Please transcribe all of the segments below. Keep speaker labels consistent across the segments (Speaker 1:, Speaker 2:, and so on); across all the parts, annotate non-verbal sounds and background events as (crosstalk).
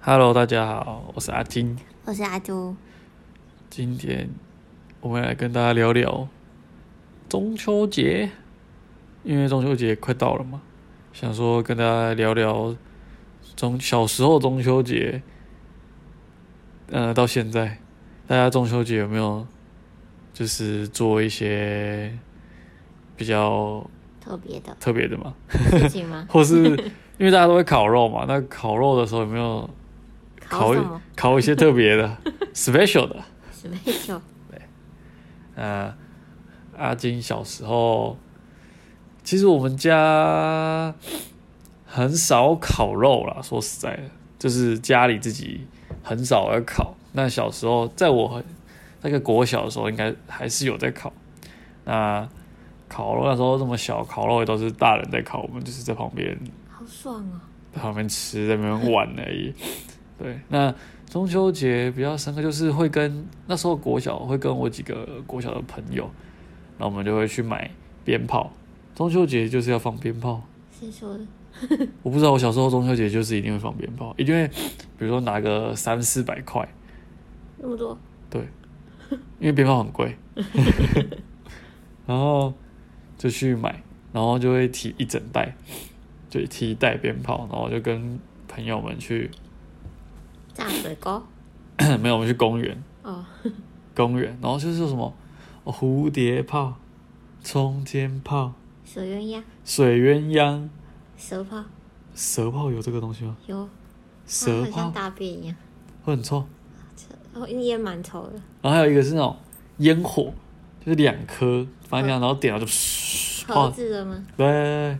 Speaker 1: Hello，大家好，我是阿金。
Speaker 2: 我是阿朱，
Speaker 1: 今天我们来跟大家聊聊中秋节，因为中秋节快到了嘛，想说跟大家聊聊中小时候中秋节，呃，到现在大家中秋节有没有就是做一些比较
Speaker 2: 特
Speaker 1: (laughs)
Speaker 2: 别的
Speaker 1: 特别的嘛？
Speaker 2: 事情 (laughs) 吗？
Speaker 1: 或是因为大家都会烤肉嘛，那烤肉的时候有没有
Speaker 2: 考
Speaker 1: 烤一
Speaker 2: 什么？
Speaker 1: 烤一些特别的 (laughs) special 的？
Speaker 2: 什么意思？
Speaker 1: 呃，阿金小时候，其实我们家很少烤肉啦。说实在的，就是家里自己很少要烤。那小时候，在我很那个国小的时候，应该还是有在烤。那烤肉那时候这么小，烤肉也都是大人在烤，我们就是在旁边
Speaker 2: 好爽哦！
Speaker 1: 在旁边吃，在那边玩而已。对，那中秋节比较深刻，就是会跟那时候国小会跟我几个国小的朋友，那我们就会去买鞭炮。中秋节就是要放鞭炮，
Speaker 2: 谁说的？
Speaker 1: 我不知道我小时候中秋节就是一定会放鞭炮，一定会，比如说拿个三四百块，
Speaker 2: 那么多
Speaker 1: 对，因为鞭炮很贵，然后就去买，然后就会提一整袋，就提一袋鞭炮，然后就跟朋友们去
Speaker 2: 炸水糕
Speaker 1: (clears throat) 没有，我们去公园，
Speaker 2: 哦， (laughs)
Speaker 1: 公园，然后就是有什么、哦蝴蝶炮、冲天炮、
Speaker 2: 手鸳鸯、
Speaker 1: 水鸳鸯、
Speaker 2: 蛇炮
Speaker 1: 蛇炮有这个东西吗？
Speaker 2: 有，它
Speaker 1: 蛇
Speaker 2: 嗯很像
Speaker 1: 炮
Speaker 2: 大便一样，
Speaker 1: 会很臭。
Speaker 2: 哦，也蛮丑的，
Speaker 1: 然后还有一个是那种烟火，就是两颗，反正两，然后点了就噗，
Speaker 2: 嗯盒
Speaker 1: 哦，
Speaker 2: 子的吗？
Speaker 1: 对对对，对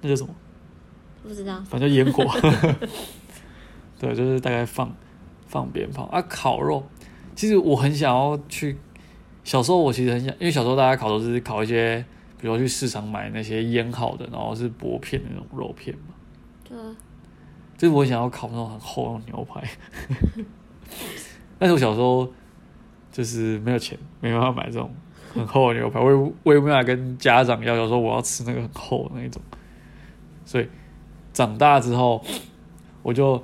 Speaker 1: 那叫什么？
Speaker 2: 不知道，
Speaker 1: 反正就烟火。对，就是大概放放鞭炮啊，烤肉。其实我很想要去，小时候我其实很想，因为小时候大家烤都是烤一些，比如说去市场买那些腌好的，然后是薄片的那种肉片嘛。
Speaker 2: 对啊，
Speaker 1: 就是我想要烤那种很厚的牛排， (laughs) 但是我小时候就是没有钱，没办法买这种很厚的牛排，我也我也没办法跟家长要求说我要吃那个很厚的那一种，所以长大之后我就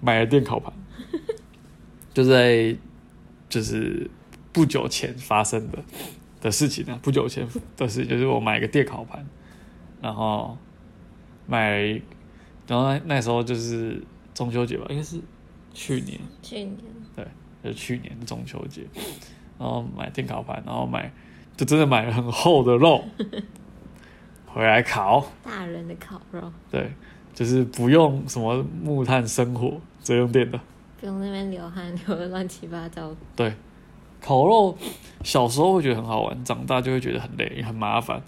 Speaker 1: 买了电烤盘，就在就是不久前发生的的事情啊，不久前的事情就是我买一个电烤盘，然后买了一然后那那时候就是中秋节吧，应该是去年，
Speaker 2: 去年 (laughs)
Speaker 1: 就是去年的中秋节，然后买电烤盘，然后买就真的买了很厚的肉回来烤，
Speaker 2: 大人的烤肉，
Speaker 1: 对，就是不用什么木炭生火，只用电的。
Speaker 2: 不用那边流汗流的乱七八糟，
Speaker 1: 对，烤肉小时候会觉得很好玩，长大就会觉得很累，很麻烦，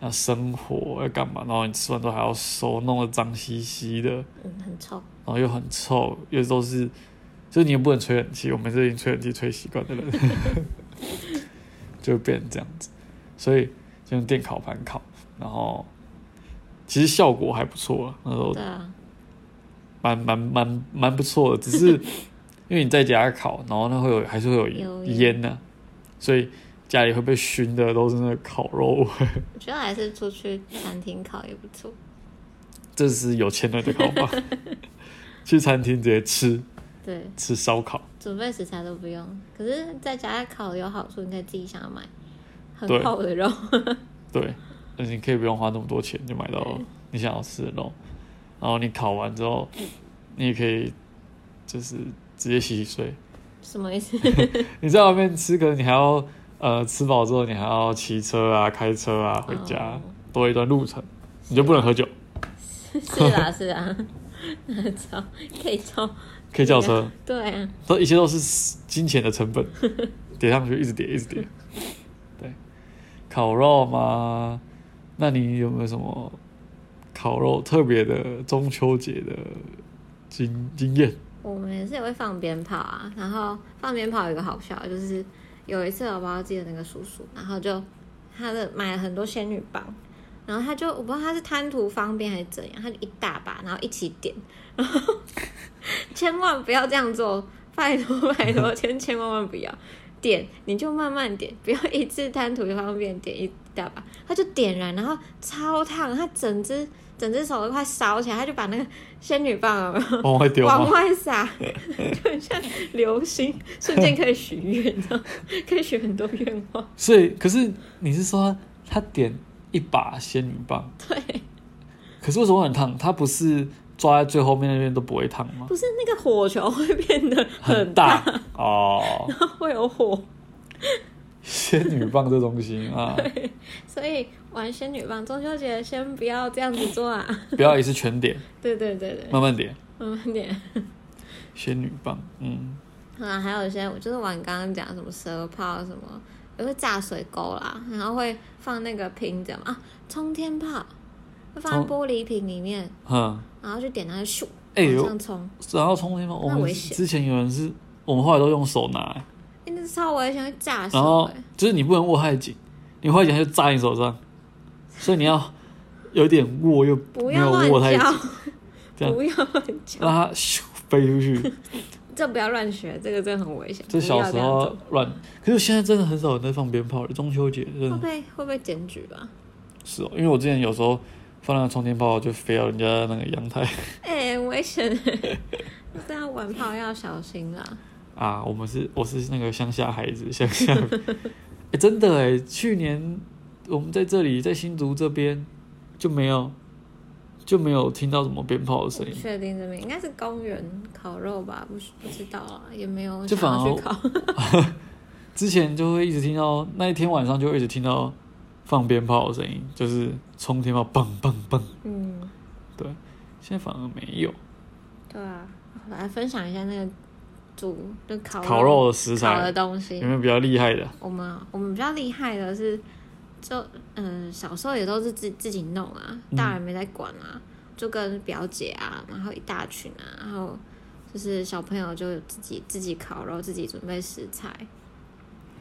Speaker 1: 要生火要干嘛，然后你吃完之后还要收，弄得脏兮兮的。
Speaker 2: 嗯，很臭，
Speaker 1: 然后又很臭，又都是，就是你也不能吹冷气，我们这已经吹冷气吹习惯
Speaker 2: (laughs)
Speaker 1: 的人，就变成这样子，所以就用电烤盘烤，然后其实效果还不错啊，那时候
Speaker 2: 对啊，
Speaker 1: 蛮蛮蛮蛮不错的，只是因为你在家烤，然后那会有还是会有
Speaker 2: 有
Speaker 1: 烟呢、所以家里会被熏的都是那个烤肉味， (laughs)
Speaker 2: 我觉得还是出去餐厅烤也不错，
Speaker 1: 这是有钱人的烤法，去餐厅直接吃
Speaker 2: (laughs) 对，
Speaker 1: 吃烧烤。
Speaker 2: 准备食材都不用，可是在家烤有好处，你可以自己想要买很
Speaker 1: 对
Speaker 2: 厚的肉。 (laughs)
Speaker 1: 对，那你可以不用花那么多钱就买到你想要吃的肉，然后你烤完之后，你也可以就是直接洗洗睡。 (laughs)
Speaker 2: 什么意思？
Speaker 1: 你在外面吃，可能你还要呃吃饱之后，你还要骑车啊、开车啊回家，
Speaker 2: 哦
Speaker 1: 多一段路程，你就不能喝酒，
Speaker 2: 是啦是啦， (laughs) 超可以超
Speaker 1: 可以叫车，
Speaker 2: 对啊，
Speaker 1: 这一切都是金钱的成本，叠上去一直叠一直叠。对，烤肉嘛，那你有没有什么烤肉特别的中秋节的经经验？
Speaker 2: 我们也是也会放鞭炮啊。然后放鞭炮有一个好笑，就是有一次我不知道记得那个叔叔，然后就他的买了很多仙女棒。然后他就我不知道他是贪图方便还是怎样，他就一大把，然后一起点，然后千万不要这样做，拜托拜托，千千万万不要点，你就慢慢点，不要一次贪图方便点一大把，他就点燃，然后超烫，他整只整只手都快烧起来，他就把那个仙女棒有没有
Speaker 1: 往外丢
Speaker 2: 往
Speaker 1: 吗？
Speaker 2: 外撒， (laughs) 就很像流星，瞬间可以许愿，你知道 (laughs) 吗可以许很多愿望。
Speaker 1: 所以，可是你是说他点一把仙女棒？
Speaker 2: 对，
Speaker 1: 可是为什么很烫？它不是抓在最后面那边都不会烫吗？
Speaker 2: 不是那个火球会变得
Speaker 1: 很
Speaker 2: 大，
Speaker 1: 大哦，
Speaker 2: 会有火，
Speaker 1: 仙女棒这东西
Speaker 2: (laughs)
Speaker 1: 啊，
Speaker 2: 所以玩仙女棒，中秋节先不要这样子做啊。
Speaker 1: 不要一次全点，
Speaker 2: (laughs) 对对对对，
Speaker 1: 慢慢点。
Speaker 2: 慢慢点。
Speaker 1: 仙女棒，嗯，
Speaker 2: 啊，还有一些我就是玩刚刚讲什么蛇炮什么，也会炸水沟啦，然后会放那个瓶子嘛，啊，冲天炮，会放
Speaker 1: 冲
Speaker 2: 在玻璃瓶里面，
Speaker 1: 哼，
Speaker 2: 然后就点它就咻，
Speaker 1: 哎呦
Speaker 2: 往上冲，
Speaker 1: 然后冲天炮，我
Speaker 2: 那
Speaker 1: 们
Speaker 2: 危险
Speaker 1: 之前有人是，我们后来都用手拿、欸
Speaker 2: 欸、那超危险，会炸
Speaker 1: 然
Speaker 2: 手、
Speaker 1: 后
Speaker 2: 欸。
Speaker 1: 就是你不能握太紧，你握太紧它就扎你手上，所以你
Speaker 2: (laughs)
Speaker 1: 要有点握又
Speaker 2: 不
Speaker 1: 没
Speaker 2: 要
Speaker 1: 有
Speaker 2: 乱
Speaker 1: 握太紧，
Speaker 2: 教，
Speaker 1: 这样
Speaker 2: 不要乱教，
Speaker 1: 让它咻飞出
Speaker 2: (laughs)
Speaker 1: 去。
Speaker 2: 这不要乱学，这个真的很危险。
Speaker 1: 这
Speaker 2: 不要
Speaker 1: 小时
Speaker 2: 这样
Speaker 1: 候啊
Speaker 2: 做
Speaker 1: 乱，可是现在真的很少人在放鞭炮了。中秋节真
Speaker 2: 会
Speaker 1: 的
Speaker 2: 被会被检举吧？
Speaker 1: 是哦，因为我之前有时候放那个冲天炮就飞到人家那个阳台
Speaker 2: 哎、很危险、欸，这样玩炮要小心啦。
Speaker 1: 啊。我们是我是那个乡下孩子， (laughs) 乡下，哎、真的哎，去年我们在这里在新竹这边就没有就没有听到什么鞭炮的声
Speaker 2: 不
Speaker 1: 音，
Speaker 2: 哦确定这边应该是公园烤肉吧，不是不知道啊，也没有
Speaker 1: 就
Speaker 2: 想要去
Speaker 1: 反
Speaker 2: 烤。
Speaker 1: 之前就会一直听到那一天晚上就会一直听到放鞭炮的声音，就是冲天炮棒棒棒，
Speaker 2: 嗯，
Speaker 1: 对，现在反而没有
Speaker 2: 对啊，我来分享一下那个煮就烤
Speaker 1: 烤肉的食
Speaker 2: 烤的
Speaker 1: 材，
Speaker 2: 东
Speaker 1: 有
Speaker 2: 西
Speaker 1: 没。有比较厉害的？
Speaker 2: 我们啊我们比较厉害的是，就嗯、小时候也都是自自己弄啊，大人没在管啊，就跟表姐啊，然后一大群啊，然后就是小朋友就自己自己烤肉，自己准备食材。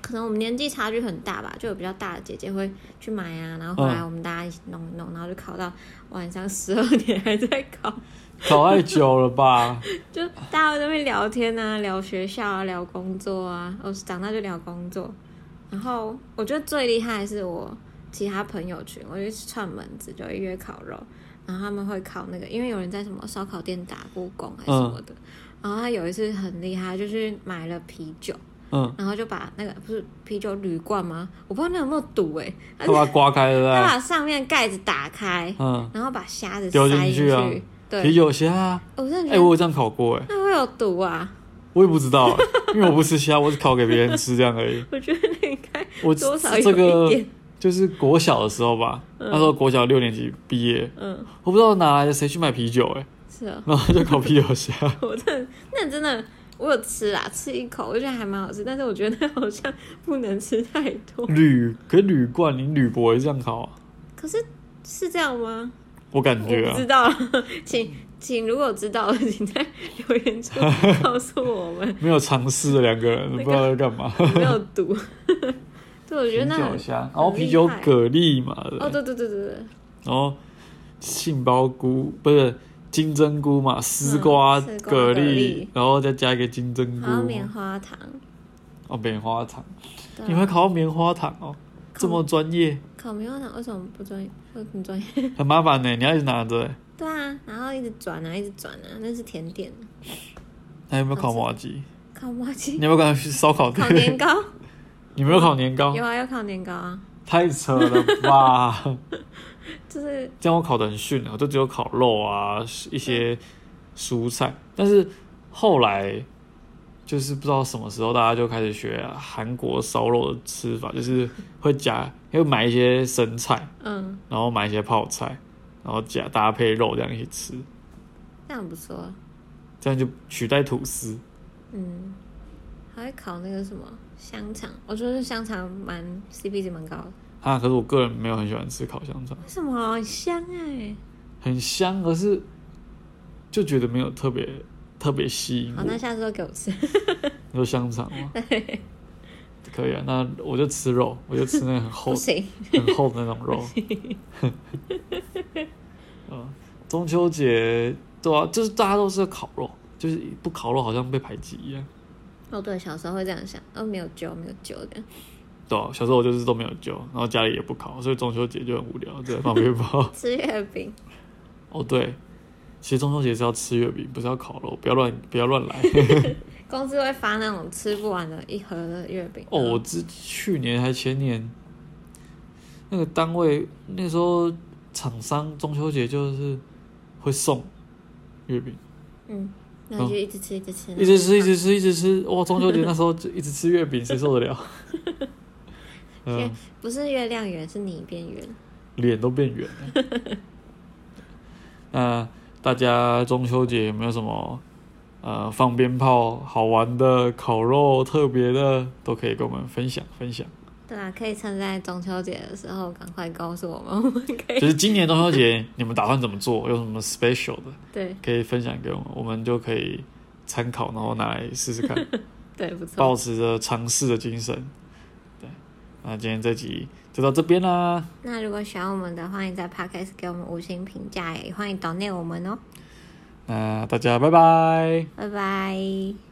Speaker 2: 可能我们年纪差距很大吧，就有比较大的姐姐会去买啊，然后后来
Speaker 1: 嗯
Speaker 2: 我们大家一起弄一弄，然后就烤到晚上十二点还在烤，
Speaker 1: 烤太久了吧？
Speaker 2: 就大家都会聊天啊，聊学校啊，聊工作啊。我长大就聊工作，然后我觉得最厉害的是我其他朋友群，我就去串门子，就会约烤肉，然后他们会烤那个，因为有人在什么烧烤店打过工还是什么的。然后他有一次很厉害，就是买了啤酒， (laughs)
Speaker 1: 嗯，
Speaker 2: 然后就把那个不是啤酒铝罐吗？我不知道那有没有毒哎、
Speaker 1: 他把它刮开
Speaker 2: 他
Speaker 1: 了
Speaker 2: 把上面盖子打开，
Speaker 1: 嗯，
Speaker 2: 然后把虾子
Speaker 1: 丢
Speaker 2: 塞
Speaker 1: 进
Speaker 2: 进
Speaker 1: 去啊啤
Speaker 2: 对，
Speaker 1: 酒虾啊，
Speaker 2: 我真的
Speaker 1: 哎、
Speaker 2: 觉得
Speaker 1: 我有这样烤过哎、
Speaker 2: 那会有毒啊！
Speaker 1: 我也不知道、 (laughs) 哎因为我不吃虾，我只烤给别人吃这样而
Speaker 2: (laughs)
Speaker 1: 已。
Speaker 2: 我觉得那应该
Speaker 1: 我
Speaker 2: 多少
Speaker 1: 这
Speaker 2: 有一
Speaker 1: 个
Speaker 2: 点，
Speaker 1: 就是国小的时候吧，那时候国小六年级毕业，
Speaker 2: 嗯，
Speaker 1: 我不知道哪来的谁去买啤酒哎、
Speaker 2: 是啊，
Speaker 1: 然后就烤啤酒虾，
Speaker 2: (laughs) 我真的那真的我有吃啦，吃一口我觉得还蛮好吃，但是我觉得好像不能吃太多。
Speaker 1: 铝可是铝罐，你铝箔也这样烤啊？
Speaker 2: 可是是这样吗？
Speaker 1: 我感
Speaker 2: 我
Speaker 1: 觉
Speaker 2: 不
Speaker 1: 啊
Speaker 2: 知，道了， (laughs) 请请如果知道的，请在留言处告诉我
Speaker 1: (laughs)
Speaker 2: 们
Speaker 1: 没有尝试的两个人不知道在干
Speaker 2: (laughs)
Speaker 1: 嘛。
Speaker 2: 有没有毒。对，我觉
Speaker 1: 啤
Speaker 2: 得那
Speaker 1: 酒
Speaker 2: 很
Speaker 1: 虾，然后啤酒
Speaker 2: 很厉
Speaker 1: 蛤蜊
Speaker 2: 害
Speaker 1: 嘛，对不对
Speaker 2: 哦，对对对对对，
Speaker 1: 然后杏鲍菇不是金针菇嘛，丝瓜、
Speaker 2: 嗯丝瓜
Speaker 1: 蛤
Speaker 2: 蛤
Speaker 1: 蜊
Speaker 2: 蜊，
Speaker 1: 然后再加一个金针菇
Speaker 2: 还有棉花糖，
Speaker 1: 哦，棉花糖，
Speaker 2: 对啊
Speaker 1: 你会烤到棉花糖哦，这么专业，
Speaker 2: 烤棉花糖为什么不专业？为什么专业？ (laughs)
Speaker 1: 很麻烦呢，你要一直拿着欸。
Speaker 2: 对啊，然后一直转啊，一直转啊，那是甜点。
Speaker 1: 还有没有烤麻鸡？
Speaker 2: 烤麻鸡
Speaker 1: (laughs) 你，有没有刚去烧烤
Speaker 2: 烤
Speaker 1: 店？
Speaker 2: 年糕，
Speaker 1: (laughs) 你没有烤年糕
Speaker 2: 有？啊，有烤年糕啊，
Speaker 1: 太扯了吧！ (laughs)
Speaker 2: 就是
Speaker 1: 这样我烤的很逊啊，我就只有烤肉啊，一些蔬菜。但是后来就是不知道什么时候，大家就开始学韩国烧肉的吃法，就是会加，会买一些生菜，
Speaker 2: 嗯，
Speaker 1: 然后买一些泡菜，然后加搭配肉这样一起吃，
Speaker 2: 这样不错，啊
Speaker 1: 这样就取代吐司。
Speaker 2: 嗯，还会烤那个什么香肠，我觉得香肠蛮 CP 值蛮高的，
Speaker 1: 啊，可是我个人没有很喜欢吃烤香肠，
Speaker 2: 为什么很香哎、
Speaker 1: 很香，可是就觉得没有特别特别吸引
Speaker 2: 好，
Speaker 1: 我。
Speaker 2: 那下次都给我吃，
Speaker 1: 你说香肠
Speaker 2: (laughs)
Speaker 1: 吗？可以啊，那我就吃肉，我就吃那个很厚
Speaker 2: (laughs) 不行，
Speaker 1: 很厚的那种
Speaker 2: (laughs)
Speaker 1: 肉。嗯，中秋节对啊，就是大家都是烤肉，就是不烤肉好像被排挤一样。
Speaker 2: 哦对，小时候会这样想，哦没有酒没有酒 (laughs) 的，。
Speaker 1: 对啊、小时候我就是都没有酒，然后家里也不烤，所以中秋节就很无聊，只能放鞭炮
Speaker 2: 吃月饼，
Speaker 1: 哦，对，其实中秋节是要吃月饼，不是要烤肉，不要乱不要乱来。
Speaker 2: 公司会发那种吃不完的一盒的月饼。
Speaker 1: 哦，我之去年还前年，那个单位那时候厂商中秋节就是会送月饼，
Speaker 2: 嗯，那你就一直吃，一直吃，
Speaker 1: 哦一直吃一直吃一直吃，哇！中秋节那时候就一直吃月饼，谁受得了？ (laughs) 嗯，
Speaker 2: 不是月亮圆，是你变圆。
Speaker 1: 脸都变圆了。那大家中秋节有没有什么呃放鞭炮好玩的、烤肉特别的，都可以跟我们分享分享。
Speaker 2: 对啊，可以趁在中秋节的时候赶快告诉我们，我们可
Speaker 1: 就
Speaker 2: 以
Speaker 1: 是今年中秋节你们打算怎么做？有什么 special 的
Speaker 2: 对
Speaker 1: 可以分享给我们，我们就可以参考，然后拿来试试看，
Speaker 2: 对不错
Speaker 1: 保。持着尝试的精神。对，那今天这集就到这边啦。
Speaker 2: 那如果喜欢我们的，欢迎在 Podcast 给我们五星评价，也欢迎岛内我们哦，
Speaker 1: 那大家拜拜。
Speaker 2: 拜拜。